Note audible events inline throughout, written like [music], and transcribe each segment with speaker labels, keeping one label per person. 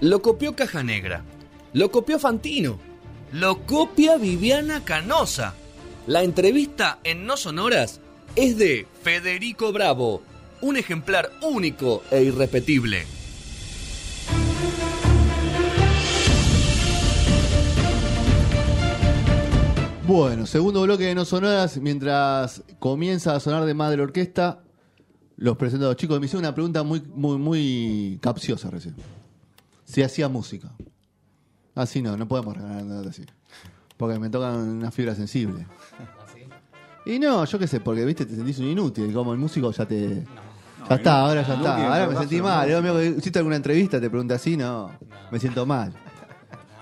Speaker 1: Lo copió Caja Negra. Lo copió Fantino. Lo copia Viviana Canosa. La entrevista en No Sonoras es de Federico Bravo, un ejemplar único e irrepetible.
Speaker 2: Bueno, segundo bloque de No Sonoras, mientras comienza a sonar de madre orquesta, los presentados chicos me hicieron una pregunta muy, muy, muy capciosa recién. Si hacía música. Así no, no podemos regalar nada así. Porque me tocan una fibra
Speaker 3: [laughs]
Speaker 2: sensible.
Speaker 3: ¿Ah,
Speaker 2: Y no, yo qué sé, porque viste, te sentís un inútil, como el músico ya te. ya está, ahora ya
Speaker 4: inútil,
Speaker 2: está. Ahora me
Speaker 4: no
Speaker 2: sentí
Speaker 4: pasa,
Speaker 2: mal.
Speaker 4: no.
Speaker 2: Yo, amigo, Hiciste alguna entrevista, te pregunté así, no. Me siento
Speaker 3: [laughs]
Speaker 2: mal.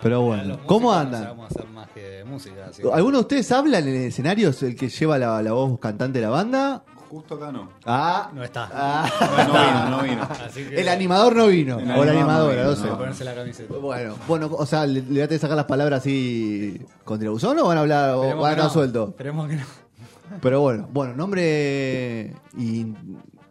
Speaker 2: Pero bueno, ¿cómo andan?
Speaker 3: Vamos a hacer más que música. así que-
Speaker 2: ¿Alguno de ustedes hablan en escenarios el que lleva la, la voz cantante de la banda?
Speaker 4: Justo acá no.
Speaker 2: Ah,
Speaker 3: No está.
Speaker 2: [laughs] ah.
Speaker 4: No, no vino, no vino.
Speaker 3: Así que-
Speaker 2: el Oh, animador no vino.
Speaker 4: El
Speaker 2: o la
Speaker 4: animador no
Speaker 2: animadora,
Speaker 4: vino,
Speaker 2: no,
Speaker 4: no.
Speaker 2: sé.
Speaker 3: Hay que Ponerse la camiseta.
Speaker 2: Bueno, bueno, o sea, ¿le, le voy a tener que sacar las palabras así con tirabuzón o van a hablar o
Speaker 3: Esperemos
Speaker 2: van a
Speaker 3: que
Speaker 2: andar
Speaker 3: no.
Speaker 2: suelto?
Speaker 3: Esperemos que no.
Speaker 2: Pero bueno, bueno, nombre y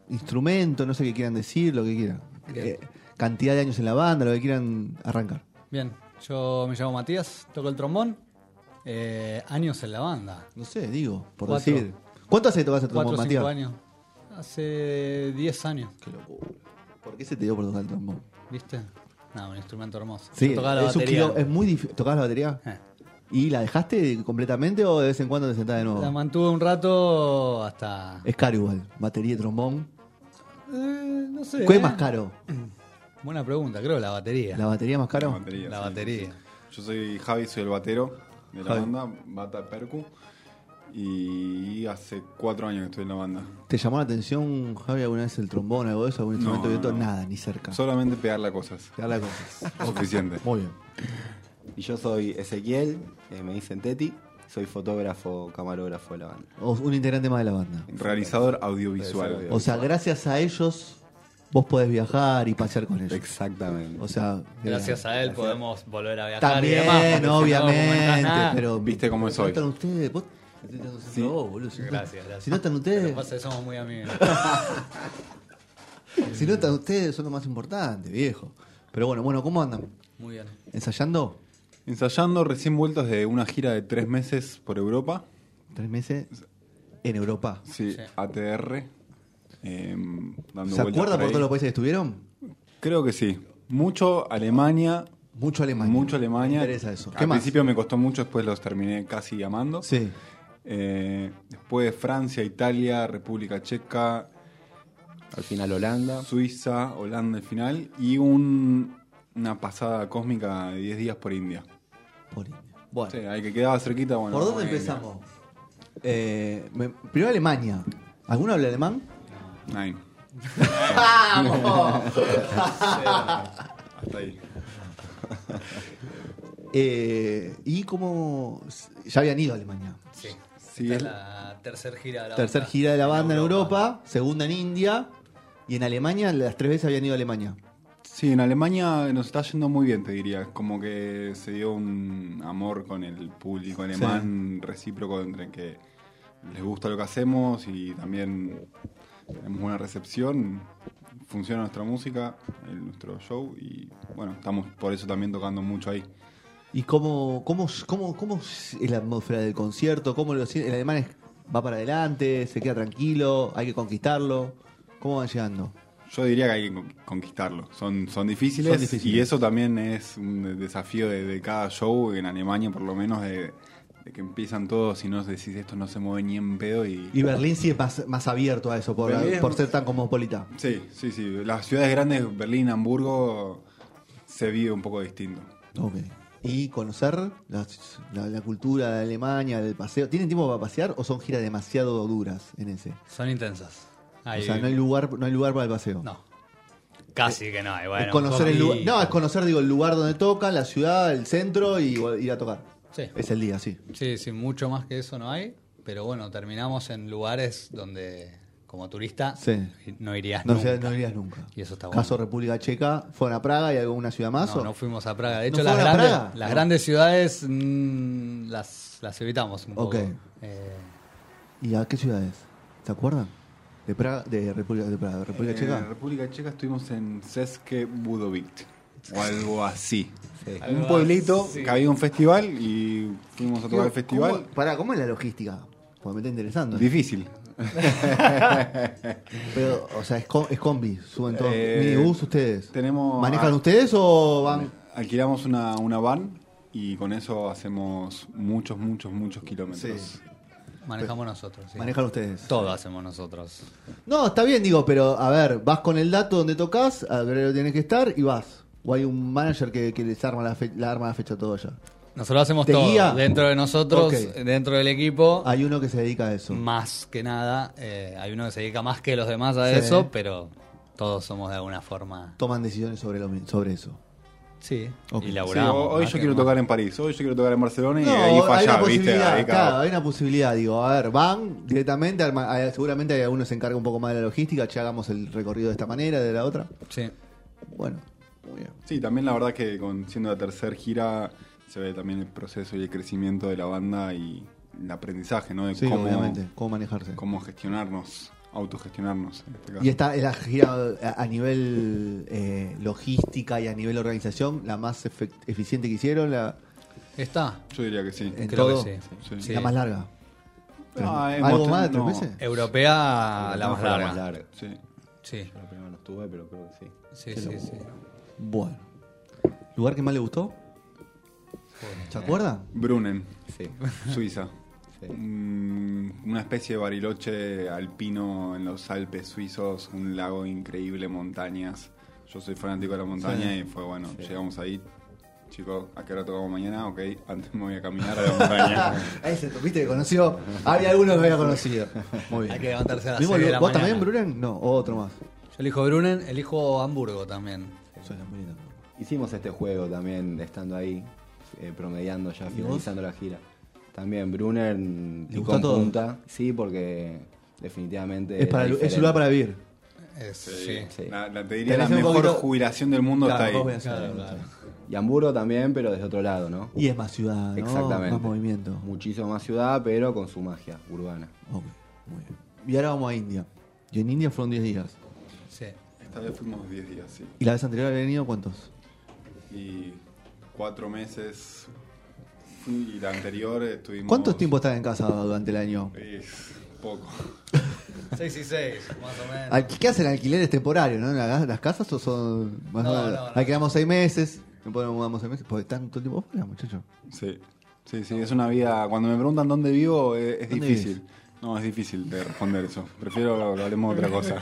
Speaker 2: instrumento, no sé qué quieran decir, lo que quieran.
Speaker 3: Bien.
Speaker 2: Eh, cantidad de años en la banda, lo que quieran arrancar.
Speaker 3: Bien, yo me llamo Matías, toco el trombón. eh, años en la banda.
Speaker 2: No sé, digo, por
Speaker 3: Cuatro.
Speaker 2: decir. ¿Cuánto hace que tocas el trombón,
Speaker 3: Cuatro o
Speaker 2: Matías?
Speaker 3: cinco años. Hace 10 años,
Speaker 2: Qué locura. ¿Por qué se te dio por tocar el trombón?
Speaker 3: ¿viste? No, un instrumento hermoso.
Speaker 2: Sí,
Speaker 3: Yo tocaba la
Speaker 2: es, un
Speaker 3: batería.
Speaker 2: quilombo, es muy difícil. ¿Tocabas la batería?
Speaker 3: Eh.
Speaker 2: ¿Y la dejaste completamente o de vez en cuando te sentás de
Speaker 3: La
Speaker 2: nuevo?
Speaker 3: mantuve un rato hasta.
Speaker 2: Es caro igual, batería y trombón.
Speaker 3: Eh, no sé.
Speaker 2: ¿Qué
Speaker 3: eh.
Speaker 2: es más caro?
Speaker 3: Buena pregunta, creo la batería.
Speaker 2: ¿La batería más
Speaker 4: La
Speaker 2: caro?
Speaker 4: batería.
Speaker 3: La
Speaker 4: sí.
Speaker 3: batería.
Speaker 4: Yo soy Javi, soy el batero de la
Speaker 2: Javi.
Speaker 4: banda, Bata Percu. Y hace cuatro años que estoy en la banda.
Speaker 2: ¿Te llamó la atención, Javi, alguna vez el trombón, algo de eso, algún instrumento
Speaker 4: No,
Speaker 2: abierto?
Speaker 4: no.
Speaker 2: Nada, ni cerca.
Speaker 4: Solamente pegarle
Speaker 2: [laughs]
Speaker 4: a cosas.
Speaker 2: Pegarle a cosas.
Speaker 4: Suficiente.
Speaker 2: Muy bien.
Speaker 5: Y yo soy Ezequiel, eh, me dicen Teti, soy fotógrafo, camarógrafo de la banda.
Speaker 2: O- un integrante más de la banda.
Speaker 4: Realizador
Speaker 5: Puede
Speaker 4: audiovisual.
Speaker 5: ser
Speaker 2: O sea, gracias a ellos, vos podés viajar y pasear con ellos.
Speaker 5: Exactamente.
Speaker 2: O sea,
Speaker 3: Gracias
Speaker 2: eh,
Speaker 3: a él podemos volver a viajar. y demás, porque si
Speaker 2: También,
Speaker 3: no,
Speaker 2: obviamente,
Speaker 3: no comentás nada.
Speaker 2: pero...
Speaker 4: Viste
Speaker 2: Si
Speaker 4: cómo
Speaker 2: no
Speaker 4: soy.
Speaker 2: están ustedes, vos... Sí. boludo, si no-
Speaker 3: Gracias, gracias.
Speaker 2: Si no están
Speaker 3: Lo que
Speaker 2: ustedes,
Speaker 3: pasa es que somos muy amigos.
Speaker 2: si no están ustedes, son lo más importante, viejo. Pero bueno, bueno, ¿cómo andan?
Speaker 3: Muy bien.
Speaker 2: ¿Ensayando?
Speaker 4: Ensayando recién vueltos de una gira de tres meses por Europa.
Speaker 2: ¿Tres meses? En Europa.
Speaker 4: Sí,
Speaker 3: Sí.
Speaker 4: ATR. eh, dando
Speaker 2: ¿Se
Speaker 4: vueltas
Speaker 2: acuerdan por
Speaker 4: ahí.
Speaker 2: todos los países que estuvieron?
Speaker 4: Creo que sí. Mucho Alemania.
Speaker 2: Mucho Alemania.
Speaker 4: Mucho Alemania.
Speaker 2: Me interesa eso. ¿Qué
Speaker 4: Al
Speaker 2: más?
Speaker 4: principio me costó mucho, después los terminé casi amando.
Speaker 2: Sí.
Speaker 4: Eh, después Francia, Italia, República Checa,
Speaker 5: Al final Holanda.
Speaker 4: Suiza, Holanda al final. Y un- una pasada cósmica de 10 días por India.
Speaker 2: Por India. Bueno.
Speaker 4: Sí, ahí que quedaba cerquita. Bueno,
Speaker 2: ¿Por
Speaker 4: vamos
Speaker 2: dónde
Speaker 4: a India.
Speaker 2: empezamos? Eh, me- primero Alemania. ¿Alguno habla alemán? [laughs]
Speaker 4: Ahí. [laughs] Hasta ahí.
Speaker 2: Eh, ¿Y cómo...? Ya habían ido a Alemania.
Speaker 3: Sí.
Speaker 4: Sí,
Speaker 3: Esta
Speaker 4: es-
Speaker 3: es la tercer gira de la
Speaker 2: Tercer
Speaker 3: banda.
Speaker 2: gira de la banda en Europa, segunda en India. Y en Alemania, las tres veces habían ido a Alemania.
Speaker 4: Sí, en Alemania nos está yendo muy bien, te diría. Como que se dio un amor con el público alemán recíproco entre que les gusta lo que hacemos y también tenemos buena recepción. Funciona nuestra música, el- nuestro show y bueno, estamos por eso también tocando mucho ahí.
Speaker 2: ¿Y cómo, cómo, cómo, cómo es la atmósfera del concierto? ¿Cómo lo siente? El alemán es- va para adelante, se queda tranquilo, hay que conquistarlo. ¿Cómo van llegando?
Speaker 4: Yo diría que hay que con- conquistarlo. Son, son, difíciles,
Speaker 2: Son difíciles.
Speaker 4: y eso también es un desafío de, de cada show, en Alemania por lo menos, de, de que empiezan todos y no decís esto no se mueve ni en pedo y...
Speaker 2: Y Berlín sí es más, más abierto a eso, por,
Speaker 4: Berlín es-
Speaker 2: por ser tan cosmopolita.
Speaker 4: Sí, sí, sí. Las ciudades grandes, Berlín, Hamburgo, se vive un poco distinto.
Speaker 2: Ok. Y conocer las- la, la cultura de Alemania, el paseo. ¿Tienen tiempo para pasear o son giras demasiado duras en ese?
Speaker 3: Son intensas. Ahí-
Speaker 2: O sea, no hay lugar, no hay lugar para el paseo.
Speaker 3: No. Casi que no hay. Bueno,
Speaker 2: es conocer el lugar.
Speaker 3: poquito.
Speaker 2: No, es conocer, digo, el lugar donde tocan, la ciudad, el centro y vol- ir a tocar.
Speaker 3: Sí.
Speaker 2: Es el día, sí.
Speaker 3: Sí, sí, mucho más que eso no hay. Pero bueno, terminamos en lugares donde, como turista,
Speaker 2: Sí.
Speaker 3: no irías
Speaker 2: No,
Speaker 3: nunca.
Speaker 2: sé, no irías nunca.
Speaker 3: Y eso está
Speaker 2: Caso República Checa, fueron a Praga y alguna ciudad más.
Speaker 3: No,
Speaker 2: o?
Speaker 3: no fuimos a Praga. De
Speaker 2: ¿No
Speaker 3: hecho, las,
Speaker 2: fueron a
Speaker 3: grandes,
Speaker 2: Praga?
Speaker 3: las
Speaker 2: No.
Speaker 3: grandes ciudades mm, las, las evitamos un
Speaker 2: Ok.
Speaker 3: poco. Eh,
Speaker 2: ¿Y a qué ciudades? ¿Se acuerdan? De Praga, de República, de Praga, República
Speaker 4: Eh,
Speaker 2: Checa.
Speaker 4: República Checa estuvimos en Seske Budovic. o algo así.
Speaker 5: Sí.
Speaker 4: En un pueblito que había un festival y fuimos a tocar el festival.
Speaker 2: ¿Cómo, pará, ¿cómo es la logística? Porque me está interesando.
Speaker 4: Difícil.
Speaker 2: Pero, o sea, es, com- es combi, suben todos.
Speaker 4: Eh,
Speaker 2: Minibús ustedes.
Speaker 4: tenemos-
Speaker 2: ¿Manejan
Speaker 4: ah.
Speaker 2: ustedes o van?
Speaker 4: Alquilamos una, una van y con eso hacemos muchos, muchos, muchos kilómetros.
Speaker 2: Sí.
Speaker 3: Manejamos nosotros. sí.
Speaker 2: Manejan ustedes.
Speaker 3: Todo hacemos nosotros.
Speaker 2: No, está bien, digo, pero a ver, vas con el dato donde tocas, a ver dónde tienes que estar y vas. O hay un manager que, que les arma la, fe- la arma la fecha todo ya.
Speaker 3: Nosotros hacemos
Speaker 2: ¿Te
Speaker 3: todo.
Speaker 2: guía?
Speaker 3: Dentro de
Speaker 2: Ok.
Speaker 3: nosotros, dentro del equipo,
Speaker 2: Hay uno que se dedica a eso.
Speaker 3: más que nada. eh, hay uno que se dedica más que los demás a
Speaker 2: Sí.
Speaker 3: eso, pero todos somos de alguna forma.
Speaker 2: Toman decisiones sobre, lo, mi- sobre eso.
Speaker 3: Sí.
Speaker 2: Ok.
Speaker 3: Y
Speaker 4: Sí,
Speaker 3: laburamos.
Speaker 4: ho- hoy
Speaker 3: más
Speaker 4: yo
Speaker 3: que
Speaker 4: quiero
Speaker 3: más.
Speaker 4: tocar en París, hoy yo quiero tocar en Barcelona y
Speaker 2: No,
Speaker 4: ahí
Speaker 2: hay una
Speaker 4: falla, ¿viste?
Speaker 2: posibilidad,
Speaker 4: Ahí
Speaker 2: claro,
Speaker 4: cada-
Speaker 2: hay una posibilidad, digo, a ver, van directamente, arma- a- seguramente alguno se encarga un poco más de la logística, che, hagamos el recorrido de esta manera, de la otra.
Speaker 3: Sí.
Speaker 2: Bueno, muy bien.
Speaker 4: Sí, también la verdad que con, siendo la tercera gira se ve también el proceso y el crecimiento de la banda y el aprendizaje, ¿no? De
Speaker 2: Sí,
Speaker 4: cómo,
Speaker 2: obviamente, cómo manejarse.
Speaker 4: cómo gestionarnos, autogestionarnos. En este caso.
Speaker 2: Y esta es la gira a- a nivel eh, logística y a nivel organización, la más efec- eficiente que hicieron, la,
Speaker 3: Está.
Speaker 4: Yo diría que sí.
Speaker 2: En
Speaker 3: Creo
Speaker 2: todo.
Speaker 3: que sí.
Speaker 4: Sí.
Speaker 3: Sí.
Speaker 2: la más larga. Tres-
Speaker 4: Ah, hemos
Speaker 2: ¿Algo
Speaker 4: ten-
Speaker 2: más de tres
Speaker 4: no.
Speaker 2: meses? Ah,
Speaker 3: Europea, la
Speaker 5: No
Speaker 3: más
Speaker 5: fue
Speaker 3: larga.
Speaker 4: Sí.
Speaker 3: Sí,
Speaker 5: Yo la primera no estuve, pero creo que sí.
Speaker 3: sí, sí. sí.
Speaker 2: Bueno. ¿Lugar que más le gustó? ¿Se acuerdan?
Speaker 4: Brunen,
Speaker 5: Sí.
Speaker 4: Suiza.
Speaker 5: Sí.
Speaker 4: Mm, una especie de bariloche alpino en los Alpes suizos, un lago increíble, montañas. Yo soy fanático de la montaña y fue bueno, llegamos ahí. Chicos, ¿a qué hora tocamos mañana? Ok, antes me voy a caminar a
Speaker 2: [laughs]
Speaker 4: la montaña.
Speaker 2: Ahí se Ah, viste que conoció. Ah, Había algunos que había conocido. Muy
Speaker 3: Hay
Speaker 2: bien.
Speaker 3: que levantarse a las
Speaker 2: Mismo,
Speaker 3: seis de
Speaker 2: ¿Vos
Speaker 3: la mañana.
Speaker 2: también, Bruren? No, otro más.
Speaker 3: Yo elijo Brunen, elijo Hamburgo también.
Speaker 2: Suena muy lindo.
Speaker 5: [laughs] Hicimos este juego también, estando ahí, eh, promediando ya, finalizando la gira. También Brunner mm,
Speaker 2: ¿Le
Speaker 5: picó
Speaker 2: gustó a
Speaker 5: en
Speaker 2: todos?
Speaker 5: punta. Sí, porque definitivamente.
Speaker 2: Es, para,
Speaker 5: era
Speaker 2: es
Speaker 5: diferente.
Speaker 2: un lugar para vivir.
Speaker 3: Es-
Speaker 4: Sí.
Speaker 3: sí.
Speaker 5: sí.
Speaker 4: La, la- te diría
Speaker 2: Tenés
Speaker 4: la
Speaker 2: un
Speaker 4: mejor
Speaker 2: poquito-
Speaker 4: jubilación del mundo
Speaker 2: Claro, vos voy a
Speaker 4: está ahí.
Speaker 2: hacer algo.
Speaker 5: Y Hamburgo también, pero desde otro lado, ¿no?
Speaker 2: Y es más ciudad, Ah, ¿no?
Speaker 5: Exactamente.
Speaker 2: Más movimiento.
Speaker 5: Muchísimo más ciudad, pero con su magia urbana.
Speaker 2: Ok, muy bien. Y ahora vamos a India. Y en India fueron 10 días.
Speaker 3: sí.
Speaker 4: Esta vez fuimos 10 días, sí.
Speaker 2: ¿Y la vez anterior había venido cuántos?
Speaker 4: Y cuatro meses. Y la anterior estuvimos.
Speaker 2: ¿Cuántos tiempos estás en casa durante el año?
Speaker 4: Eh, poco.
Speaker 3: 6 y 6, más o menos.
Speaker 2: Al- ¿Qué hacen alquileres temporarios, no? ¿Las, las casas o son más
Speaker 3: No,
Speaker 2: o menos-
Speaker 3: no, no.
Speaker 2: Alquilamos seis meses, después nos mudamos seis meses, porque están todo el tiempo afuera, muchachos.
Speaker 4: Sí, sí, sí, es una vida. Cuando me preguntan dónde vivo, eh, es,
Speaker 2: ¿Dónde
Speaker 4: difícil. No, es difícil de responder eso. Prefiero que hablemos de otra cosa.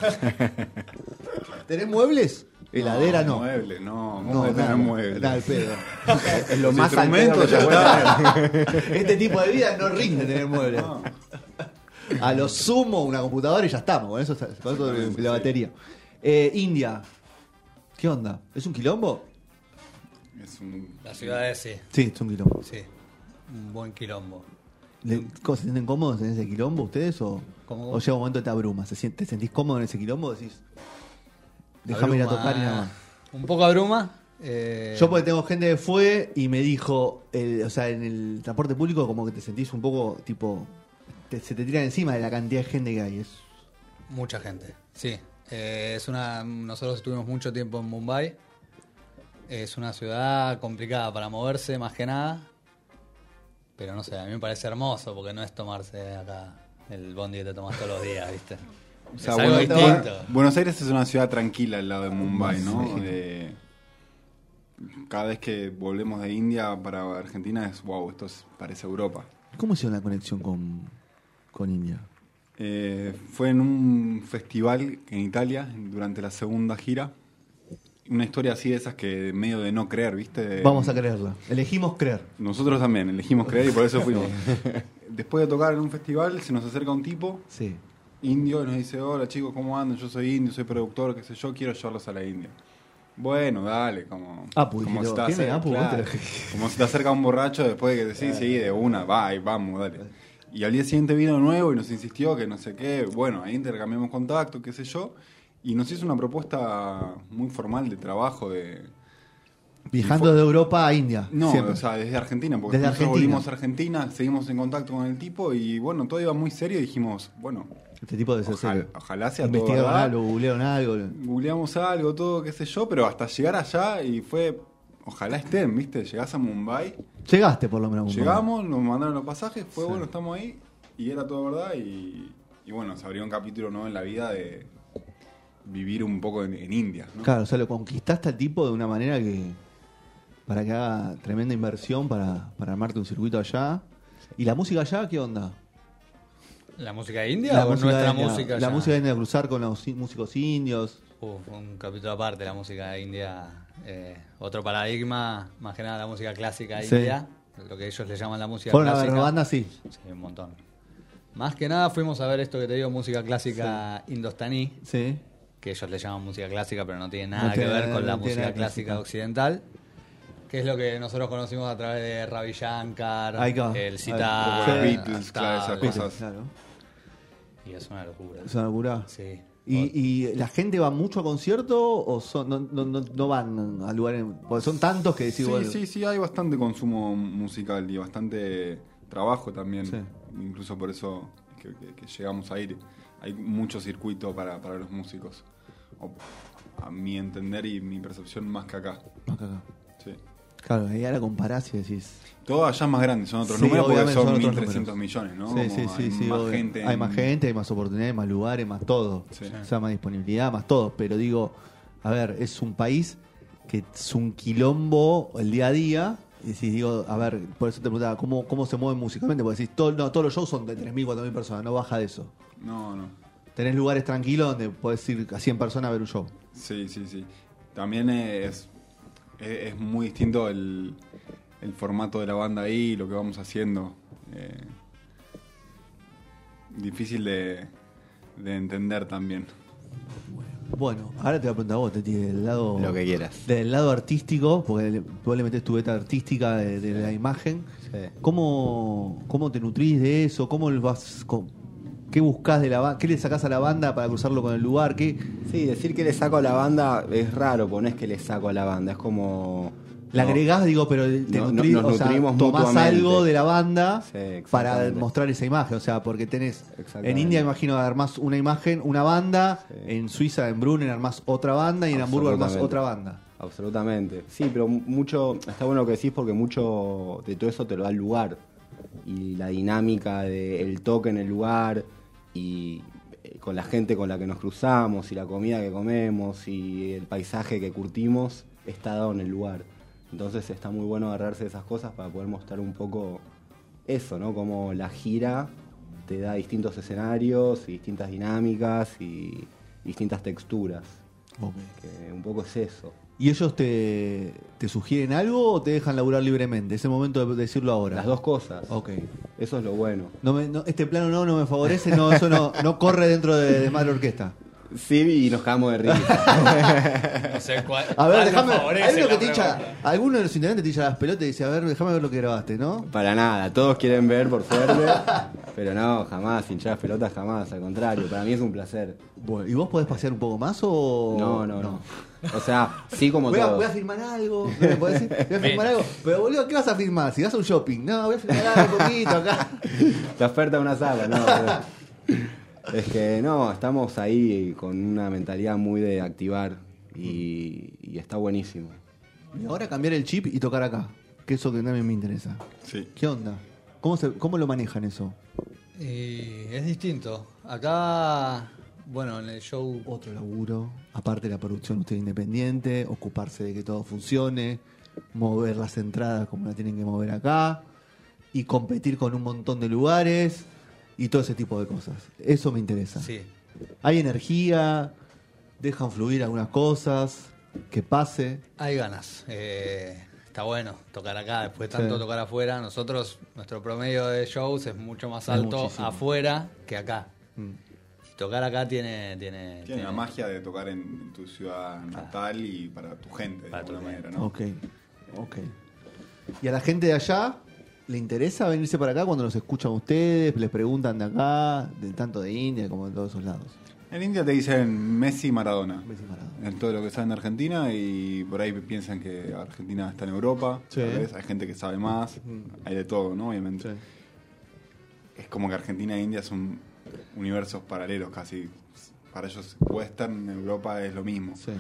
Speaker 2: ¿Tenés muebles? Heladera no.
Speaker 4: Mueble, no.
Speaker 2: No,
Speaker 4: No, no
Speaker 2: nada,
Speaker 4: tener mueble.
Speaker 2: nada, al pedo.
Speaker 5: Es lo
Speaker 4: Los
Speaker 5: más al pedo
Speaker 4: instrumentos
Speaker 5: que
Speaker 4: ya
Speaker 5: se puede
Speaker 2: [laughs]
Speaker 4: está.
Speaker 2: Este tipo de vida no rinde tener muebles. A lo sumo una computadora y ya estamos, con eso, está- con eso
Speaker 4: Exactamente,
Speaker 2: la
Speaker 4: sí.
Speaker 2: batería. Eh, India, ¿qué onda? ¿Es un quilombo?
Speaker 4: Es un.
Speaker 3: Las ciudades sí,
Speaker 2: Sí, es un quilombo.
Speaker 3: sí. Un buen quilombo.
Speaker 2: Le- ¿cómo ¿Se sienten cómodos en ese quilombo ustedes o,
Speaker 3: ¿Cómo, cómo?
Speaker 2: o llega un momento que te abruma? ¿Se sient- ¿Te sentís cómodo en ese quilombo? Decís, déjame ir a
Speaker 3: Abruma-
Speaker 2: tocar y nada más.
Speaker 3: Un poco abruma. eh,
Speaker 2: Yo porque tengo gente que fue y me dijo, el- o sea, en el transporte público como que te sentís un poco tipo, te- se te tiran encima de la cantidad de gente que hay. Es,
Speaker 3: Mucha gente, sí. Eh, es una, nosotros estuvimos mucho tiempo en Mumbai. Es una ciudad complicada para moverse, más que nada. Pero no sé, a mí me parece hermoso porque no es tomarse acá el bondi que te tomas todos los días, ¿viste?
Speaker 4: O sea,
Speaker 3: es algo
Speaker 4: Buenos,
Speaker 3: distinto.
Speaker 4: Buenos Aires es una ciudad tranquila al lado de Mumbai, ¿no? Eh, cada vez que volvemos de India para Argentina es wow, esto es- parece Europa.
Speaker 2: ¿Cómo hicieron la conexión con, con India?
Speaker 4: Eh, fue en un festival en Italia durante la segunda gira. Una historia así de esas que medio de no creer, ¿viste?
Speaker 2: Vamos a creerla. Elegimos creer.
Speaker 4: Nosotros también elegimos creer y por eso fuimos. Después de tocar en un festival se nos acerca un tipo
Speaker 2: Sí.
Speaker 4: indio y nos dice, hola chicos, ¿cómo andan? Yo soy indio, soy productor, qué sé yo, quiero llevarlos a la India. Bueno, dale, como...
Speaker 2: Apu, dijiste,
Speaker 4: está
Speaker 2: Ah, ¿tiene
Speaker 4: cerca-
Speaker 2: Apu?
Speaker 4: claro,
Speaker 2: Vos te
Speaker 4: [laughs] como se te acerca un borracho después de que decís, sí, de una, va, y vamos, dale. Y al día siguiente vino de nuevo y nos insistió que no sé qué, bueno, ahí intercambiamos contacto, qué sé yo, y nos hizo una propuesta muy formal de trabajo de...
Speaker 2: Viajando desde Europa a India.
Speaker 4: No,
Speaker 2: siempre.
Speaker 4: o sea, desde Argentina, porque
Speaker 2: Desde
Speaker 4: nosotros
Speaker 2: Argentina.
Speaker 4: volvimos a Argentina, seguimos en contacto con el tipo y bueno, todo iba muy serio y dijimos, bueno,
Speaker 2: este tipo de ser
Speaker 4: ojalá,
Speaker 2: serio.
Speaker 4: ojalá sea todo
Speaker 2: Investigaron
Speaker 4: verdad.
Speaker 2: algo, googlearon algo.
Speaker 4: googleamos algo, todo, qué sé yo, pero hasta llegar allá y fue, ojalá estén, ¿viste? Llegás a Mumbai,
Speaker 2: Llegaste por lo menos. a Mumbai.
Speaker 4: llegamos, nos mandaron los pasajes, fue
Speaker 2: Sí.
Speaker 4: bueno, estamos ahí, y era todo verdad, y, y bueno, se abrió un capítulo nuevo en la vida de vivir un poco en, en India, ¿no?
Speaker 2: Claro, o sea, lo conquistaste al tipo de una manera que. para que haga tremenda inversión para, para armarte un circuito allá. ¿Y la música allá qué onda?
Speaker 3: ¿La música india o nuestra
Speaker 2: india-
Speaker 3: música?
Speaker 2: La
Speaker 3: ya?
Speaker 2: música india, cruzar con los in- músicos indios.
Speaker 3: Uf, un capítulo aparte, la música india. eh, otro paradigma, más que nada la música clásica
Speaker 2: Sí.
Speaker 3: india. Lo que ellos le llaman la música
Speaker 2: Fueron a ver
Speaker 3: clásica.
Speaker 2: bandas, sí.
Speaker 3: Sí, un montón. Más que nada fuimos a ver esto que te digo, música clásica indostaní,
Speaker 2: Sí.
Speaker 3: que ellos le llaman música clásica, pero no tiene nada
Speaker 2: No tiene
Speaker 3: que ver
Speaker 2: nada-
Speaker 3: con la
Speaker 2: no tiene
Speaker 3: música
Speaker 2: nada
Speaker 3: clásica
Speaker 2: clásica.
Speaker 3: occidental, que es lo que nosotros conocimos a través de Ravi Shankar,
Speaker 2: Ahí va.
Speaker 3: el
Speaker 2: Ah,
Speaker 3: citar,
Speaker 4: Como los Beatles, claro,
Speaker 3: tal.
Speaker 4: esas cosas.
Speaker 2: Claro.
Speaker 3: Y es una locura.
Speaker 2: Es una locura.
Speaker 3: Sí.
Speaker 2: ¿Y, y la gente va mucho a conciertos o son, no, no, no, no van a lugares? Porque son tantos que decís,
Speaker 4: Sí,
Speaker 2: bueno,
Speaker 4: sí, sí, hay bastante consumo musical y bastante trabajo también.
Speaker 2: Sí.
Speaker 4: Incluso por eso que, que- que llegamos a ir. Hay mucho circuito para, para los músicos. O, a mi entender y mi percepción más que acá.
Speaker 2: más que acá.
Speaker 4: Sí.
Speaker 2: Claro, ahí ahora comparás y decís.
Speaker 4: Todo allá es más grande, son otros
Speaker 2: Sí,
Speaker 4: números porque
Speaker 2: obviamente
Speaker 4: son,
Speaker 2: son otros
Speaker 4: 1.300
Speaker 2: números.
Speaker 4: millones, ¿no?
Speaker 2: sí,
Speaker 4: Como
Speaker 2: sí, sí,
Speaker 4: hay
Speaker 2: sí,
Speaker 4: más
Speaker 2: obvio.
Speaker 4: gente.
Speaker 2: Hay
Speaker 4: en-
Speaker 2: más gente, hay más oportunidades, más lugares, más todo.
Speaker 4: Sí.
Speaker 2: O sea, más disponibilidad, más todo. Pero digo, a ver, es un país que es un quilombo el día a día. Y si digo, a ver, por eso te preguntaba, ¿cómo, cómo se mueven musicalmente? Porque decís, todo, no, todos los shows son de 3.000, 4.000 personas, no baja de eso.
Speaker 4: No, no.
Speaker 2: Tenés lugares tranquilos donde podés ir a 100 personas a ver un show.
Speaker 4: Sí, sí, sí. También es, es, es muy distinto el, el formato de la banda ahí, lo que vamos haciendo. Eh, difícil de, de entender también.
Speaker 2: Bueno, ahora te voy a preguntar a vos, Teti, del lado,
Speaker 5: Lo que quieras.
Speaker 2: del lado artístico, porque le- vos le metés tu beta artística de, de la imagen.
Speaker 5: Sí.
Speaker 2: ¿Cómo, ¿Cómo te nutrís de eso? ¿Cómo lo vas, co- ¿Qué buscás de la ba- ¿Qué le sacás a la banda para cruzarlo con el lugar? ¿Qué,
Speaker 5: Sí, decir que le saco a la banda es raro, porque no es que le saco a la banda, es como.
Speaker 2: la
Speaker 5: no.
Speaker 2: agregás, digo, pero te
Speaker 5: No, no,
Speaker 2: nutrís,
Speaker 5: nos
Speaker 2: o sea,
Speaker 5: nutrimos
Speaker 2: tomás
Speaker 5: mutuamente.
Speaker 2: algo de la banda
Speaker 5: Sí, exactamente.
Speaker 2: para mostrar esa imagen? O sea, porque tenés. En
Speaker 5: Exactamente.
Speaker 2: India, imagino, armás una imagen, una banda.
Speaker 5: Sí.
Speaker 2: En Suiza, en Brunnen, armás otra banda. Y en Hamburgo, armás
Speaker 5: Absolutamente.
Speaker 2: otra banda.
Speaker 5: Absolutamente. Sí, pero mu- mucho. Está bueno lo que decís porque mucho de todo eso te lo da el lugar. Y la dinámica del toque en el lugar y eh, con la gente con la que nos cruzamos y la comida que comemos y el paisaje que curtimos está dado en el lugar. Entonces está muy bueno agarrarse de esas cosas para poder mostrar un poco eso, ¿no? Como la gira te da distintos escenarios y distintas dinámicas y distintas texturas. Que un poco es eso.
Speaker 2: ¿Y ellos te, te sugieren algo o te dejan laburar libremente? Es el momento de decirlo ahora.
Speaker 5: Las dos cosas.
Speaker 2: Ok.
Speaker 5: Eso es lo bueno.
Speaker 2: No me- no, este plano no, no me favorece, no, eso no, no corre dentro de, de Madre Orquesta.
Speaker 5: Sí, y nos cagamos
Speaker 2: [laughs]
Speaker 5: de risa.
Speaker 3: No sé cuál.
Speaker 2: A
Speaker 5: Ah,
Speaker 2: ver,
Speaker 3: cuál nos
Speaker 2: déjame.
Speaker 3: favorece
Speaker 2: Hay uno que
Speaker 3: la
Speaker 2: te hincha,
Speaker 3: pregunta.
Speaker 2: alguno de los integrantes te hincha las pelotas y dice, a ver, déjame ver lo que grabaste, ¿no?
Speaker 5: Para nada, todos quieren ver, por suerte. Pero no, jamás, hinchar las pelotas jamás, al contrario, para mí es un placer.
Speaker 2: Bueno, ¿y vos podés pasear un poco más o.?
Speaker 5: No, no, no. O sea, sí como
Speaker 2: Oh, Voy a,
Speaker 5: todos.
Speaker 2: voy a firmar algo, ¿no me podés decir? Voy a firmar algo. Pero boludo, ¿qué vas a firmar? Si vas a un shopping, no, voy a firmar algo un poquito acá.
Speaker 5: [laughs] [laughs] La oferta de una sala, no. pero- Es que no, estamos ahí con una mentalidad muy de activar y,
Speaker 2: Mm.
Speaker 5: y está buenísimo.
Speaker 2: Y ahora cambiar el chip y tocar acá, que eso que también me interesa.
Speaker 4: Sí.
Speaker 2: ¿Qué onda? ¿Cómo, se, ¿Cómo lo manejan eso?
Speaker 3: Y es distinto. Acá, bueno, en el show
Speaker 2: Otro laburo, aparte de la producción usted independiente, ocuparse de que todo funcione, mover las entradas como la tienen que mover acá, y competir con un montón de lugares, y todo ese tipo de cosas. Eso me interesa.
Speaker 3: Sí.
Speaker 2: Hay energía, dejan fluir algunas cosas, que pase.
Speaker 3: Hay ganas. eh, está bueno tocar acá, después de tanto
Speaker 2: Sí.
Speaker 3: tocar afuera. Nosotros, nuestro promedio de shows es mucho más
Speaker 2: Es
Speaker 3: alto
Speaker 2: muchísimo.
Speaker 3: afuera que acá.
Speaker 2: Mm.
Speaker 3: Y tocar acá tiene... Tiene,
Speaker 4: Tiene la magia de tocar en, en tu ciudad natal y para tu gente, de
Speaker 3: Para tu
Speaker 4: alguna
Speaker 3: gente.
Speaker 4: manera, ¿no?
Speaker 2: Ok, ok. ¿Y a la gente de allá le interesa venirse para acá cuando los escuchan ustedes? ¿Les preguntan de acá, de, tanto de India como de todos esos lados?
Speaker 4: En India te dicen Messi y Maradona. En todo lo que saben de Argentina y por ahí piensan que Argentina está en Europa.
Speaker 2: Sí. Mm.
Speaker 4: tal vez. Hay gente que sabe más. Hay de todo, ¿no? Obviamente. Es como que Argentina e India son universos paralelos casi. Para ellos Western, Europa es lo mismo.
Speaker 2: Sí.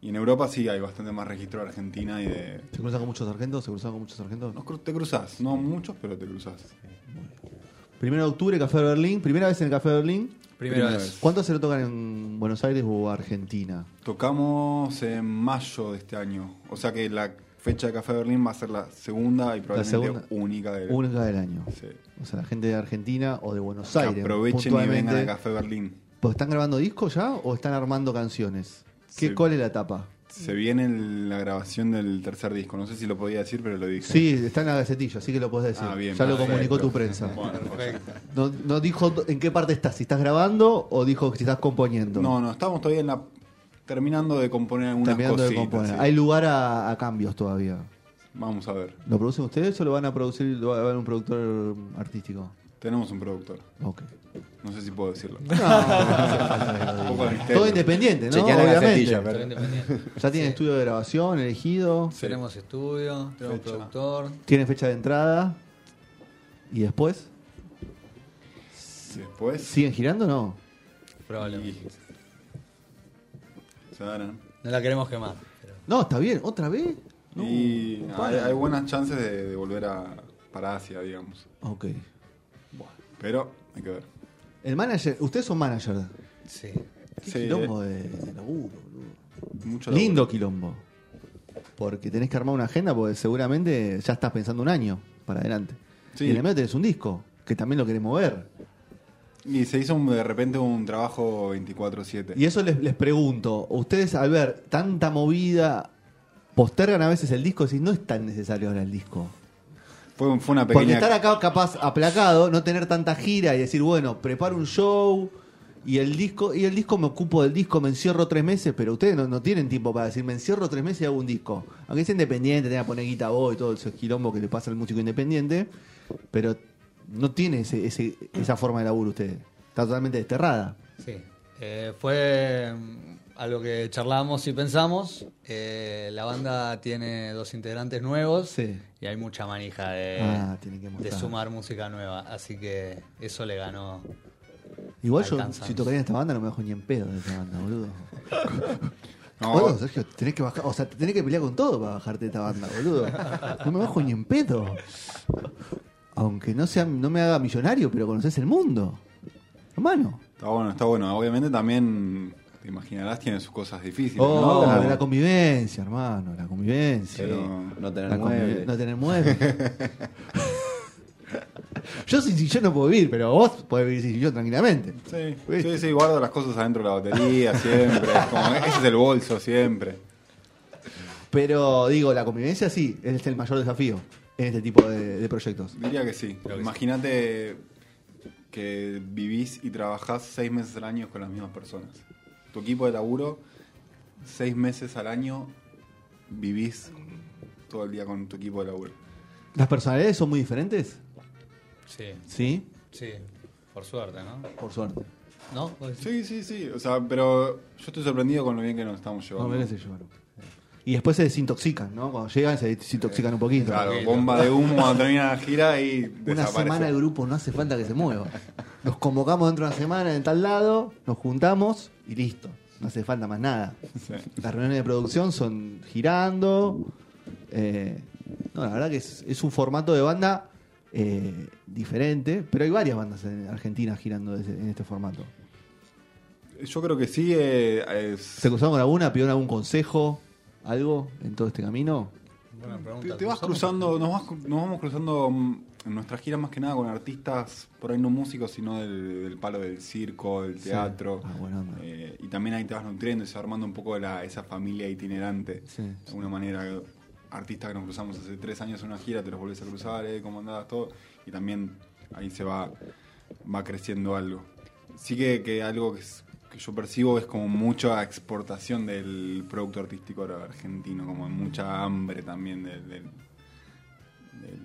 Speaker 4: Y en Europa sí hay bastante más registro de Argentina y de...
Speaker 2: ¿Se cruzan con muchos argentos? ¿Se cruzan con muchos argentos?
Speaker 4: no, cru- te cruzas, no muchos, pero te cruzas.
Speaker 2: Primero de octubre, Café de Berlín. Primera vez en el Café de Berlín.
Speaker 3: Primera
Speaker 4: Primera
Speaker 3: vez.
Speaker 2: ¿Cuántos se lo tocan en Buenos Aires o Argentina?
Speaker 4: Tocamos en mayo de este año. O sea que la fecha de Café Berlín va a ser la segunda y probablemente
Speaker 2: segunda.
Speaker 4: única de
Speaker 2: Única del año.
Speaker 4: Sí.
Speaker 2: O sea, la gente de Argentina o de Buenos
Speaker 4: Que
Speaker 2: Aires.
Speaker 4: aprovechen y
Speaker 2: puntualmente.
Speaker 4: vengan a Café Berlín.
Speaker 2: ¿Pues ¿Están grabando discos ya o están armando canciones? ¿Qué,
Speaker 4: Sí.
Speaker 2: ¿Cuál es la etapa?
Speaker 4: Se viene el- la grabación del tercer disco. No sé si lo podía decir, pero lo dije.
Speaker 2: Sí, está en la gacetilla, así que lo podés decir.
Speaker 4: Ah, bien,
Speaker 2: ya lo
Speaker 4: perfecto.
Speaker 2: comunicó tu prensa.
Speaker 4: Bueno, perfecto.
Speaker 2: No, no dijo t- en qué parte estás, si estás grabando o dijo que si estás componiendo.
Speaker 4: No, no, estamos todavía en la, terminando de componer algunas
Speaker 2: Terminando de
Speaker 4: cositas.
Speaker 2: componer.
Speaker 4: sí.
Speaker 2: Hay lugar a, a cambios todavía.
Speaker 4: Vamos a ver.
Speaker 2: ¿Lo producen ustedes o lo van a producir lo va a haber un productor artístico?
Speaker 4: Tenemos un productor. [laughs]
Speaker 2: Ok.
Speaker 4: No sé si puedo decirlo.
Speaker 2: Un
Speaker 4: poco de misterio.
Speaker 2: Todo independiente, ¿no?
Speaker 5: Chequea la
Speaker 2: Obviamente.
Speaker 5: gacetilla,
Speaker 3: Soy
Speaker 5: pero-
Speaker 3: independiente.
Speaker 2: [laughs] Ya tienen estudio de grabación elegido,
Speaker 3: Tenemos estudio, tenemos
Speaker 4: Fecha.
Speaker 3: productor.
Speaker 2: tienen fecha de entrada y después
Speaker 4: Después
Speaker 2: siguen girando, o ¿no?
Speaker 3: Probablemente.
Speaker 4: se darán.
Speaker 3: No la queremos quemar. pero-
Speaker 2: No, está bien. ¿Otra vez? No.
Speaker 4: y hay,
Speaker 2: para.
Speaker 4: hay buenas chances de, de volver a, para Asia, digamos.
Speaker 2: Ok.
Speaker 4: Pero hay que ver.
Speaker 2: El manager, ustedes son manager.
Speaker 3: Sí.
Speaker 2: Qué
Speaker 4: Sí,
Speaker 2: quilombo de, de laburo, boludo.
Speaker 4: mucho
Speaker 2: Lindo quilombo. Porque tenés que armar una agenda porque seguramente ya estás pensando un año para adelante.
Speaker 4: Sí.
Speaker 2: Y en el medio tenés un disco que también lo querés mover.
Speaker 4: laburo. Y se hizo un- de repente un trabajo 24-7.
Speaker 2: Y eso les, les pregunto, ustedes al ver tanta movida, postergan a veces el disco, si no es tan necesario ahora el disco.
Speaker 4: Fue, un- fue una
Speaker 2: Porque
Speaker 4: pequeña.
Speaker 2: estar acá capaz aplacado, no tener tanta gira y decir, bueno, preparo un show y el disco, y el disco me ocupo del disco, me encierro tres meses, pero ustedes no, no tienen tiempo para decir, me encierro tres meses y hago un disco. Aunque sea independiente, tenga que poner guita vos y todo ese quilombo que le pasa al músico independiente, pero no tiene ese- ese- esa forma de laburo ustedes. Está totalmente desterrada.
Speaker 3: Sí. Eh, fue mm, algo que charlamos y pensamos. Eh, la banda tiene dos integrantes nuevos
Speaker 2: Sí.
Speaker 3: y hay mucha manija de,
Speaker 2: Ah, tienen que mostrar.
Speaker 3: de sumar música nueva. Así que eso le ganó.
Speaker 2: Igual yo,
Speaker 3: Alcanzamos.
Speaker 2: si tocaría en esta banda, no me bajo ni en pedo de esta banda, boludo.
Speaker 4: No,
Speaker 2: Boludo, Sergio, tenés que bajar, o sea, te tenés que pelear con todo para bajarte de esta banda, boludo. No me bajo ni en pedo. Aunque no sea, no me haga millonario, pero conoces el mundo. Hermano.
Speaker 4: Está bueno, está bueno. Obviamente también, te imaginarás, tiene sus cosas difíciles.
Speaker 2: Oh,
Speaker 4: ¿no?
Speaker 2: la de la convivencia, hermano, la convivencia.
Speaker 5: Sí, no
Speaker 2: La
Speaker 5: tener
Speaker 2: convive-
Speaker 5: muebles.
Speaker 2: No tener muebles. yo sin sillón no puedo vivir, pero vos podés vivir sin sillón tranquilamente.
Speaker 4: Sí,
Speaker 2: ¿Viste?
Speaker 4: sí, sí, guardo las cosas adentro de la batería siempre. Es como, ese es el bolso siempre.
Speaker 2: Pero digo, la convivencia sí, es el mayor desafío en este tipo de, de proyectos.
Speaker 4: Diría que sí. Imagínate que vivís y trabajás seis meses al año con las mismas personas. Tu equipo de laburo, seis meses al año vivís todo el día con tu equipo de laburo.
Speaker 2: ¿Las personalidades son muy diferentes?
Speaker 3: Sí,
Speaker 2: Sí,
Speaker 3: sí. Por suerte, ¿no?
Speaker 2: por suerte.
Speaker 3: ¿No? ¿Vos decís?
Speaker 4: Sí, sí, sí. O sea, pero yo estoy sorprendido con lo bien que nos estamos
Speaker 2: No,
Speaker 4: llevando.
Speaker 2: mirá que se llevaron. Y después se desintoxican, ¿no? Cuando llegan se desintoxican un poquito.
Speaker 4: Claro,
Speaker 3: Tranquilo.
Speaker 4: bomba de humo cuando termina la gira y
Speaker 2: Una
Speaker 4: desaparece.
Speaker 2: semana el grupo no hace falta que se mueva. Nos convocamos dentro de una semana en tal lado, nos juntamos y listo. No hace falta más nada.
Speaker 4: Sí.
Speaker 2: Las reuniones de producción son girando. eh, no, la verdad que es, es un formato de banda eh, diferente, pero hay varias bandas en Argentina girando de ese- en este formato.
Speaker 4: Yo creo que sí. eh, es-
Speaker 2: ¿Se cruzaron con alguna? ¿Pidieron algún consejo? ¿Algo en todo este camino?
Speaker 3: Buena
Speaker 4: Te,
Speaker 3: pregunta.
Speaker 4: te vas cruzando, nos, vas cru- nos vamos cruzando mm, en nuestras giras más que nada con artistas, por ahí no músicos, sino del, del palo del circo, del
Speaker 2: Sí.
Speaker 4: teatro.
Speaker 2: Ah, buena onda.
Speaker 4: Eh, y también ahí te vas nutriendo y se va armando un poco la, esa familia itinerante.
Speaker 2: Sí,
Speaker 4: de alguna manera, artistas que nos cruzamos hace tres años en una gira, te los volvés a cruzar, eh, cómo andabas, todo. Y también ahí se va, va creciendo algo. Sí que, que algo que, es- que yo percibo es como mucha exportación del producto artístico argentino, como mucha hambre también de, de- de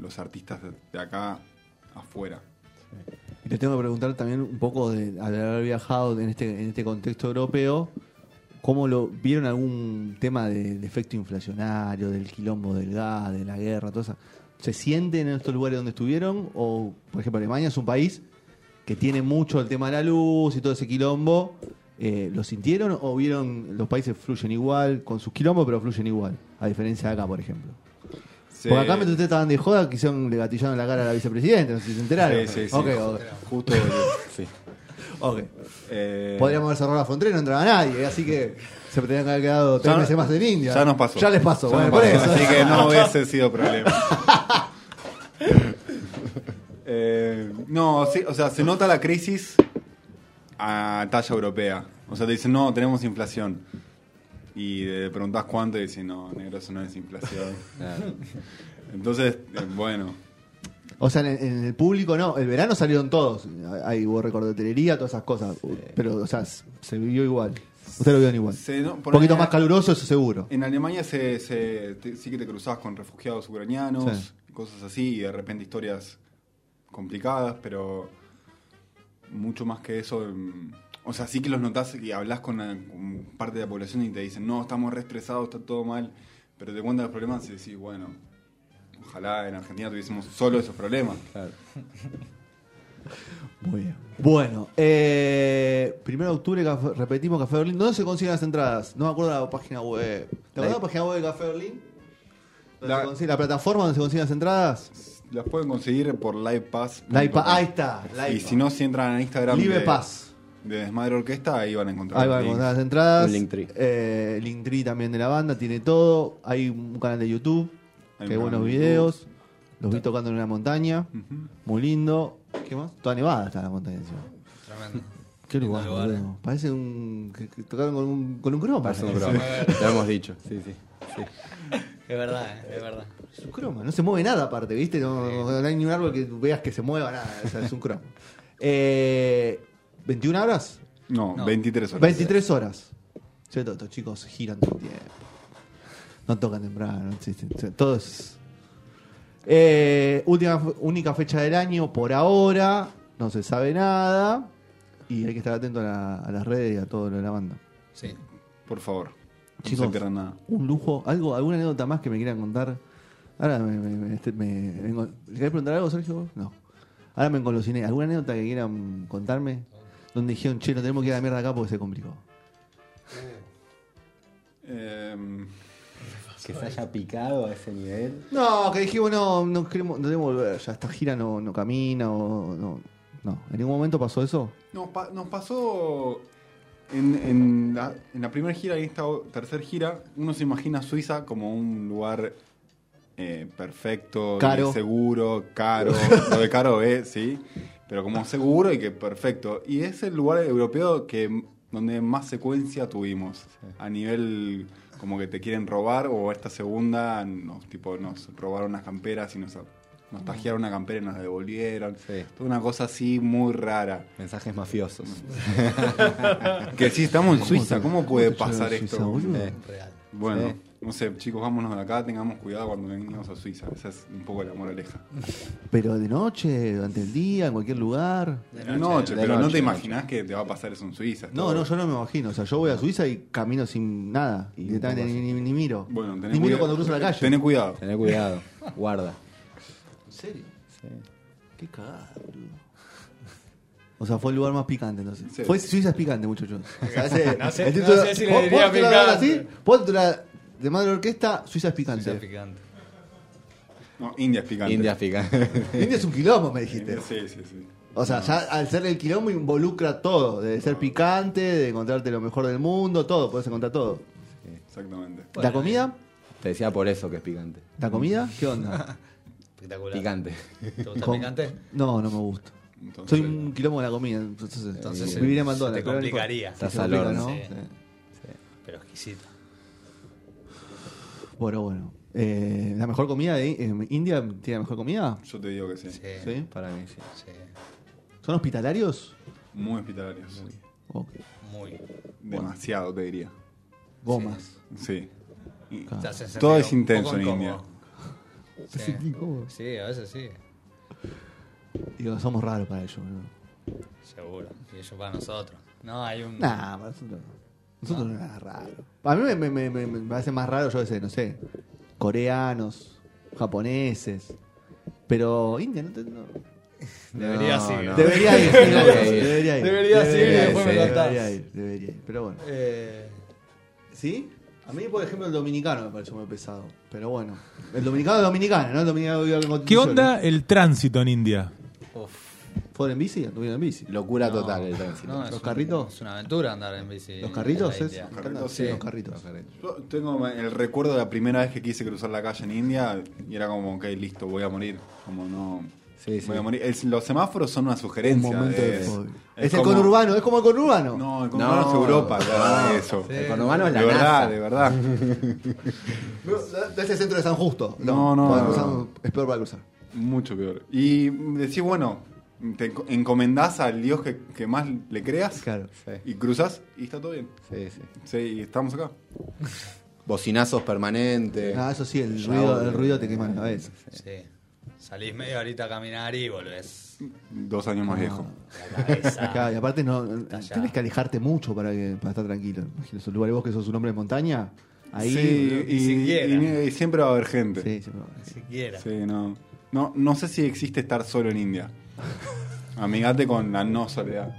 Speaker 4: los artistas de acá afuera.
Speaker 2: Y te tengo que preguntar también un poco, de, al haber viajado en este, en este contexto europeo, ¿cómo lo vieron algún tema de, de efecto inflacionario, del quilombo del gas, de la guerra, todo eso? ¿Se sienten en estos lugares donde estuvieron? O, por ejemplo, Alemania es un país que tiene mucho el tema de la luz y todo ese quilombo. Eh, ¿Lo sintieron o vieron los países fluyen igual con sus quilombos, pero fluyen igual? A diferencia de acá, por ejemplo.
Speaker 4: Se-
Speaker 2: Porque acá mientras ustedes estaban de joda, quisieron le gatillaron la cara a la vicepresidenta, no sé si se enteraron.
Speaker 4: Sí, sí, sí.
Speaker 2: Ok, ok,
Speaker 4: Justo.
Speaker 2: [laughs]
Speaker 4: sí.
Speaker 2: ok.
Speaker 4: Eh,
Speaker 2: Podríamos haber cerrado la frontera y no entraba nadie, así que se tendrían que haber quedado tres
Speaker 4: no-
Speaker 2: meses más en India.
Speaker 4: Ya nos pasó.
Speaker 2: Ya les pasó,
Speaker 4: Ya
Speaker 2: bueno,
Speaker 4: nos
Speaker 2: por eso.
Speaker 4: pasó, Así
Speaker 2: [laughs]
Speaker 4: que no hubiese sido problema. Eh, no, sí, o sea, se nota la crisis a talla europea. O sea, te dicen, no, tenemos inflación. Y le preguntás cuánto y dicen, no, negro, eso no es
Speaker 2: [laughs]
Speaker 4: inflación. Entonces, eh, bueno,
Speaker 2: O sea, en, en el público no, el verano salieron todos. Ahí hubo récord de hotelería, todas esas cosas. Pero, o sea, s- se vivió igual. Ustedes lo vieron igual.
Speaker 4: Se- no,
Speaker 2: un
Speaker 4: por
Speaker 2: poquito
Speaker 4: ahí- eh.
Speaker 2: más caluroso, eso seguro.
Speaker 4: En Alemania se, se- te- sí que te cruzabas con refugiados ucranianos,
Speaker 2: Sí.
Speaker 4: cosas así, y de repente historias complicadas, pero mucho más que eso. em, O sea, sí que los notás y hablas con, la- con parte de la población y te dicen, no, estamos re estresados, está todo mal, pero te cuentan los problemas y decís, bueno, ojalá en Argentina tuviésemos solo esos problemas.
Speaker 2: Muy bien. Bueno, eh, primero de octubre Café- repetimos Café Berlín. ¿Dónde se consiguen las entradas? No me acuerdo la página web. ¿Te acuerdas la página web de Café Berlín? ¿Dónde
Speaker 4: La-
Speaker 2: se consigue- la plataforma donde se consiguen las entradas?
Speaker 4: Las pueden conseguir por LivePass.
Speaker 2: La IPA. Ahí está. La
Speaker 4: Y
Speaker 2: IPA.
Speaker 4: si no, si entran a Instagram
Speaker 2: Live
Speaker 4: de,
Speaker 2: Paz.
Speaker 4: de Desmadre Orquesta, ahí van a encontrar
Speaker 2: Ahí
Speaker 4: los
Speaker 2: van a
Speaker 4: links.
Speaker 2: encontrar las entradas.
Speaker 5: Un Linktree.
Speaker 2: Eh, Linktree también de la banda, tiene todo. Hay un canal de YouTube,
Speaker 4: Hay
Speaker 2: que hay
Speaker 4: un
Speaker 2: buenos
Speaker 4: canal de
Speaker 2: videos. Los vi tocando en una montaña,
Speaker 4: Ujú.
Speaker 2: muy lindo. ¿Qué más? Toda nevada está la montaña encima.
Speaker 3: Tremendo.
Speaker 2: [laughs] Qué
Speaker 3: Lindo
Speaker 2: lugar,
Speaker 3: lugar,
Speaker 2: boludo. Parece un. que, que tocaron con un, con un croma. [laughs]
Speaker 5: Parece un
Speaker 2: Sí.
Speaker 5: programa. Lo hemos dicho. Sí, sí. sí.
Speaker 3: Es verdad, eh, es verdad.
Speaker 2: Es un croma, no se mueve nada aparte, ¿viste? No, no- no hay ni un árbol que veas que se mueva, nada. O sea, es un croma. [laughs] Eh, ¿21 horas?
Speaker 4: No,
Speaker 3: No.
Speaker 4: 23 horas.
Speaker 2: 23 horas. Sí, to- estos chicos giran todo el tiempo. No tocan temprano. sí, sí, sí, todo es- Eh, última, fe- única fecha del año por ahora. No se sabe nada. Y hay que estar atento a, la- a las redes y a todo lo de la banda.
Speaker 3: Sí.
Speaker 4: Por favor.
Speaker 2: Chicos.
Speaker 4: No se pierdan nada.
Speaker 2: Un lujo. algo ¿Alguna anécdota más que me quieran contar? Ahora me, me, me- este- me- vengo- ¿le querés preguntar algo, Sergio? vos? No. Ahora me engolosiné. ¿Alguna anécdota que quieran contarme? Donde dijeron, che, no tenemos que ir a la mierda acá porque se complicó.
Speaker 4: Em,
Speaker 5: Que se haya picado a ese nivel.
Speaker 2: No, que dijimos, no, no queremos, no debemos volver, ya esta gira no, no camina o no. No, ¿en ningún momento pasó eso?
Speaker 4: nos, pa- nos pasó en, en la, en la primera gira y en esta o- tercer gira, uno se imagina Suiza como un lugar eh, perfecto,
Speaker 2: Caro.
Speaker 4: y seguro, caro. Lo de caro es, sí, pero como seguro y que perfecto. Y es el lugar europeo que m- donde más secuencia tuvimos a nivel como que te quieren robar o esta segunda nos tipo nos robaron unas camperas y nos a- nos tajearon una campera y nos la devolvieron.
Speaker 5: Sí.
Speaker 4: Toda una cosa así muy rara.
Speaker 5: Mensajes mafiosos.
Speaker 4: Que sí, estamos en Suiza,
Speaker 2: se-
Speaker 4: ¿cómo puede
Speaker 2: se llega a
Speaker 4: pasar
Speaker 2: Suiza,
Speaker 4: esto?
Speaker 2: boludo?
Speaker 5: Eh,
Speaker 3: Real.
Speaker 4: Bueno,
Speaker 5: Sí.
Speaker 4: no sé, chicos, vámonos de acá, tengamos cuidado cuando venimos a Suiza. Esa es un poco la moraleja.
Speaker 2: Pero de noche, durante el día, en cualquier lugar.
Speaker 4: De noche, pero no
Speaker 5: noche,
Speaker 4: te
Speaker 5: de
Speaker 4: imaginás que te va a pasar eso en Suiza.
Speaker 2: No, no, yo no me imagino. O sea, yo voy a Suiza y camino sin nada.
Speaker 5: Y
Speaker 2: directamente
Speaker 5: un
Speaker 2: ni, ni- ni miro.
Speaker 4: Bueno, tenés
Speaker 2: ni miro
Speaker 4: cuidado.
Speaker 2: cuando cruzo la calle.
Speaker 4: Tené cuidado.
Speaker 5: Tener cuidado. Guarda.
Speaker 2: ¿En serio? Qué cagada, boludo. O sea, fue el lugar más picante entonces.
Speaker 4: Sí.
Speaker 2: Fue Suiza es picante, muchachos. O sea, ese-
Speaker 3: [laughs] No sé-
Speaker 2: el
Speaker 3: no
Speaker 2: título-
Speaker 3: sé si le
Speaker 2: ¿puedo-
Speaker 3: diría
Speaker 2: puedo titular
Speaker 3: picante.
Speaker 2: así? ¿Puedo titular de madre orquesta Suiza es picante?
Speaker 3: Suiza picante.
Speaker 4: No, India es picante. Eh,
Speaker 5: India pica.
Speaker 2: India es un quilombo, me dijiste.
Speaker 4: Sí, sí, sí.
Speaker 2: O sea, ya al ser el quilombo involucra todo. De ser picante, de encontrarte lo mejor del mundo, todo. Puedes encontrar todo.
Speaker 4: Exactamente.
Speaker 2: ¿La comida?
Speaker 5: [laughs] Te decía por eso que es picante.
Speaker 2: ¿La comida? ¿Qué
Speaker 3: [laughs]
Speaker 2: onda?
Speaker 3: Espectacular.
Speaker 5: Picante.
Speaker 3: ¿Te gusta
Speaker 2: ¿Cómo?
Speaker 3: picante?
Speaker 2: No, no me gusta.
Speaker 4: Entonces,
Speaker 2: Soy un quilombo de la comida. Entonces, eh,
Speaker 3: Entonces, eh,
Speaker 2: viviría en
Speaker 3: se
Speaker 2: McDonald's.
Speaker 3: te
Speaker 2: pero no importa.
Speaker 3: complicaría.
Speaker 2: Sí, se
Speaker 5: Estás al
Speaker 2: complica,
Speaker 5: horno.
Speaker 2: ¿no?
Speaker 3: Sí.
Speaker 2: Sí.
Speaker 3: Pero exquisito.
Speaker 2: Bueno, bueno. Eh, ¿La mejor comida de eh, India tiene la mejor comida?
Speaker 4: yo te digo que sí.
Speaker 3: Sí.
Speaker 2: ¿Sí?
Speaker 5: Para mí, sí.
Speaker 3: sí.
Speaker 2: ¿Son hospitalarios?
Speaker 4: Muy hospitalarios.
Speaker 2: Ok.
Speaker 3: Muy.
Speaker 4: Demasiado, te diría.
Speaker 2: Gomas.
Speaker 4: Sí. Y-
Speaker 3: Te hace sentir
Speaker 4: Todo es
Speaker 3: un poco
Speaker 4: intenso en
Speaker 3: incómodo.
Speaker 4: India.
Speaker 3: Sí. sí, a veces sí.
Speaker 2: [laughs] Digo, somos raros para ellos, boludo.
Speaker 3: Seguro. Y ellos para nosotros. No, hay un.
Speaker 2: Nah, para nosotros no. Nosotros no es nada raro. A mí me, me- me- me- me parece más raro, yo qué sé, no sé, coreanos, japoneses. Pero India no te... no.
Speaker 3: Debería
Speaker 5: No,
Speaker 3: sí.
Speaker 5: no.
Speaker 2: Debería ir,
Speaker 5: Debería
Speaker 2: debería
Speaker 5: ir.
Speaker 2: ir. Debería ir,
Speaker 3: Debería ir,
Speaker 5: después me
Speaker 2: debería
Speaker 3: contás.
Speaker 2: ir, debería ir, pero bueno.
Speaker 3: Eh,
Speaker 2: ¿Sí? A mí, por ejemplo, el dominicano me pareció muy pesado. Pero bueno. El dominicano es dominicano, ¿no? El dominicano vive con
Speaker 6: ¿Qué
Speaker 2: condiciones.
Speaker 6: onda el tránsito en India?
Speaker 2: ¿Fueron en bici? ¿Anduvieron en bici?
Speaker 5: Locura total el tránsito.
Speaker 3: no, es
Speaker 2: ¿Los
Speaker 3: un-
Speaker 2: carritos?
Speaker 3: Es una aventura andar en bici.
Speaker 2: ¿Los carritos?
Speaker 3: en la
Speaker 2: es?
Speaker 3: India.
Speaker 2: ¿Los
Speaker 4: carritos,
Speaker 2: Sí,
Speaker 3: sí.
Speaker 2: los carritos.
Speaker 4: Yo tengo el recuerdo de la primera vez que quise cruzar la calle en India y era como, ok, listo, voy a morir. Como no.
Speaker 5: Sí, sí.
Speaker 4: Voy a morir. El- los semáforos son una sugerencia.
Speaker 5: momento de
Speaker 4: es-
Speaker 2: Obvio.
Speaker 4: es
Speaker 2: Es, el
Speaker 4: como-
Speaker 2: conurbano, es como el conurbano.
Speaker 4: No, el conurbano
Speaker 5: No. Ah,
Speaker 4: es Europa, la verdad, eso.
Speaker 5: El conurbano es la
Speaker 4: de verdad,
Speaker 5: NASA.
Speaker 4: de verdad.
Speaker 2: De ese centro de San Justo.
Speaker 4: No, no,
Speaker 2: para
Speaker 4: no,
Speaker 2: cruzar-
Speaker 4: no.
Speaker 2: Es peor para cruzar.
Speaker 4: Mucho peor. Y decís, bueno, te enco- encomendás al Dios que, que más le creas
Speaker 2: Claro.
Speaker 4: y cruzas y está todo bien.
Speaker 5: Sí, sí.
Speaker 4: Sí, y estamos acá.
Speaker 5: Bocinazos permanentes.
Speaker 2: Ah, eso sí, el
Speaker 5: Ya,
Speaker 2: ruido,
Speaker 5: obvio.
Speaker 2: el ruido te quema la cabeza.
Speaker 3: Sí. Salís media horita a caminar y volvés.
Speaker 4: Dos años más viejo.
Speaker 3: La cabeza.
Speaker 2: Claro, y aparte no,
Speaker 3: allá.
Speaker 2: tienes que alejarte mucho para, que, para estar tranquilo. Imagínate, esos lugares vos que sos un hombre de montaña,
Speaker 5: Ah,
Speaker 2: ahí...
Speaker 4: sí, y,
Speaker 3: ni siquiera.
Speaker 4: y- y siempre va a haber gente.
Speaker 2: Sí, sí, no.
Speaker 3: Ni siquiera.
Speaker 4: Sí, no. no. No sé si existe estar solo en India. Amigate con la no soledad.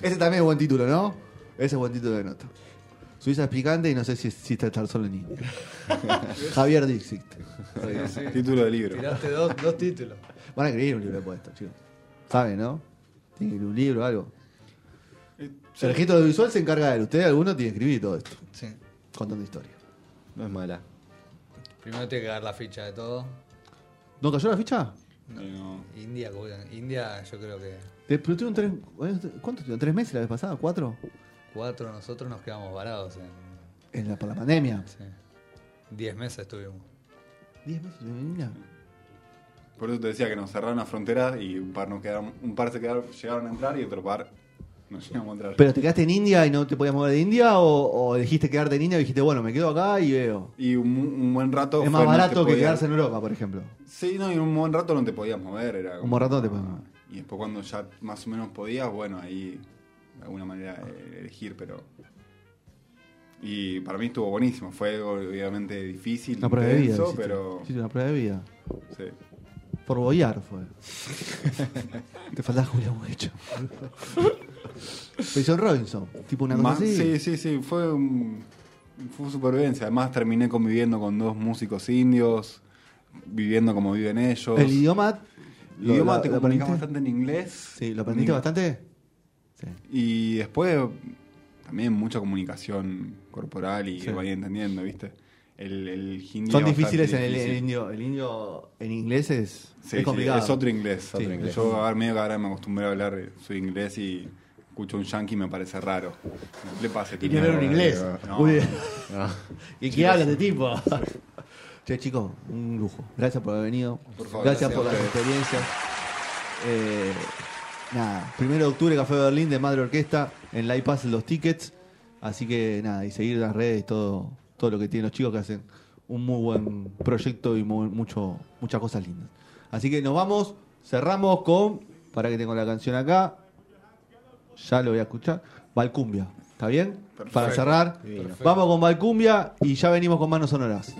Speaker 2: Ese también es buen título, ¿no? Ese es buen título de nota. Suiza es picante y no sé si existe estar solo en India. Javier Dixit.
Speaker 4: Título de libro.
Speaker 3: Tiraste dos, dos títulos.
Speaker 2: Van a escribir un libro de esto, chicos. ¿Saben, no? Tienen que escribir un libro o algo.
Speaker 4: Eh,
Speaker 2: El registro audiovisual se encarga de él. Ustedes alguno tiene que escribir todo esto,
Speaker 3: Sí.
Speaker 2: contando historia.
Speaker 5: No es mala.
Speaker 3: Primero tiene que dar la ficha de todo.
Speaker 2: ¿No cayó la ficha?
Speaker 4: Eh, no.
Speaker 3: India, como que- India yo creo que
Speaker 2: Te- Pero tuvieron tres. ¿Cuánto tuvieron? ¿Tres meses la vez pasada? ¿Cuatro?
Speaker 3: cuatro nosotros nos quedamos varados en
Speaker 2: En la, por la pandemia.
Speaker 3: sí. diez meses estuvimos.
Speaker 2: ¿Diez meses de pandemia?
Speaker 4: Por eso te decía que nos cerraron las fronteras y un par, nos quedaron, un par se quedaron, llegaron a entrar y otro par no llegamos a entrar.
Speaker 2: ¿Pero te quedaste en India y no te podías mover de India? ¿O, o dijiste quedarte en India y dijiste, bueno, me quedo acá y veo?
Speaker 4: y un, un buen rato.
Speaker 2: Es más
Speaker 4: fue, no te
Speaker 2: barato que
Speaker 4: podías-
Speaker 2: quedarse en Europa, por ejemplo.
Speaker 4: Sí, no, y un buen rato no te podías mover. Era
Speaker 2: Un buen rato no te podías mover.
Speaker 4: Y después cuando ya más o menos podías, bueno, ahí de alguna manera eh, elegir, pero... Y para mí estuvo buenísimo. Fue obviamente difícil,
Speaker 2: Una prueba de vida.
Speaker 4: intenso,
Speaker 2: hiciste.
Speaker 4: pero...
Speaker 2: Hiciste una prueba de vida.
Speaker 4: sí.
Speaker 2: Por boyar fue. [laughs] Te faltaba Julián Huecho. Prisión Robinson. Tipo una cosa
Speaker 4: Más-
Speaker 2: así.
Speaker 4: sí, sí, sí, fue un- fue supervivencia. Además terminé conviviendo con dos músicos indios, viviendo como viven ellos.
Speaker 2: El idioma.
Speaker 4: El idioma
Speaker 2: lo-
Speaker 4: te
Speaker 2: lo
Speaker 4: comunicas
Speaker 2: aprendiste?
Speaker 4: bastante en inglés.
Speaker 2: Sí, ¿lo aprendiste
Speaker 4: Ni-
Speaker 2: bastante? Sí.
Speaker 4: Y después también mucha comunicación corporal y vaya entendiendo, ¿viste? El, el hindi
Speaker 2: Son
Speaker 4: era bastante
Speaker 2: difíciles en el,
Speaker 4: difícil.
Speaker 2: el indio. El indio en inglés es,
Speaker 4: Sí,
Speaker 2: es
Speaker 4: sí,
Speaker 2: complicado.
Speaker 4: es otro inglés.
Speaker 2: Sí,
Speaker 4: otro inglés.
Speaker 2: es
Speaker 4: Yo a ver, medio que ahora me acostumbré a hablar su inglés y escucho un yankee y me parece raro. Le pase
Speaker 2: Y no era un inglés.
Speaker 4: No,
Speaker 2: Muy
Speaker 4: no.
Speaker 2: bien. [laughs] ¿Y qué habla este tipo?
Speaker 4: [laughs]
Speaker 2: che, chicos, un lujo. Gracias por haber venido.
Speaker 4: Por favor,
Speaker 2: gracias,
Speaker 4: gracias
Speaker 2: por
Speaker 4: a
Speaker 2: las
Speaker 4: ustedes.
Speaker 2: experiencias. Eh, nada, primero de octubre, Café Berlín de Madre Orquesta. En Live Pass los tickets. Así que nada, y seguir las redes, todo, todo lo que tienen los chicos que hacen un muy buen proyecto y muy- mucho, muchas cosas lindas. Así que nos vamos, cerramos con, para que tengo la canción acá, ya lo voy a escuchar. Valcumbia, ¿está bien? Para cerrar, vamos con Valcumbia y ya venimos con manos sonoras.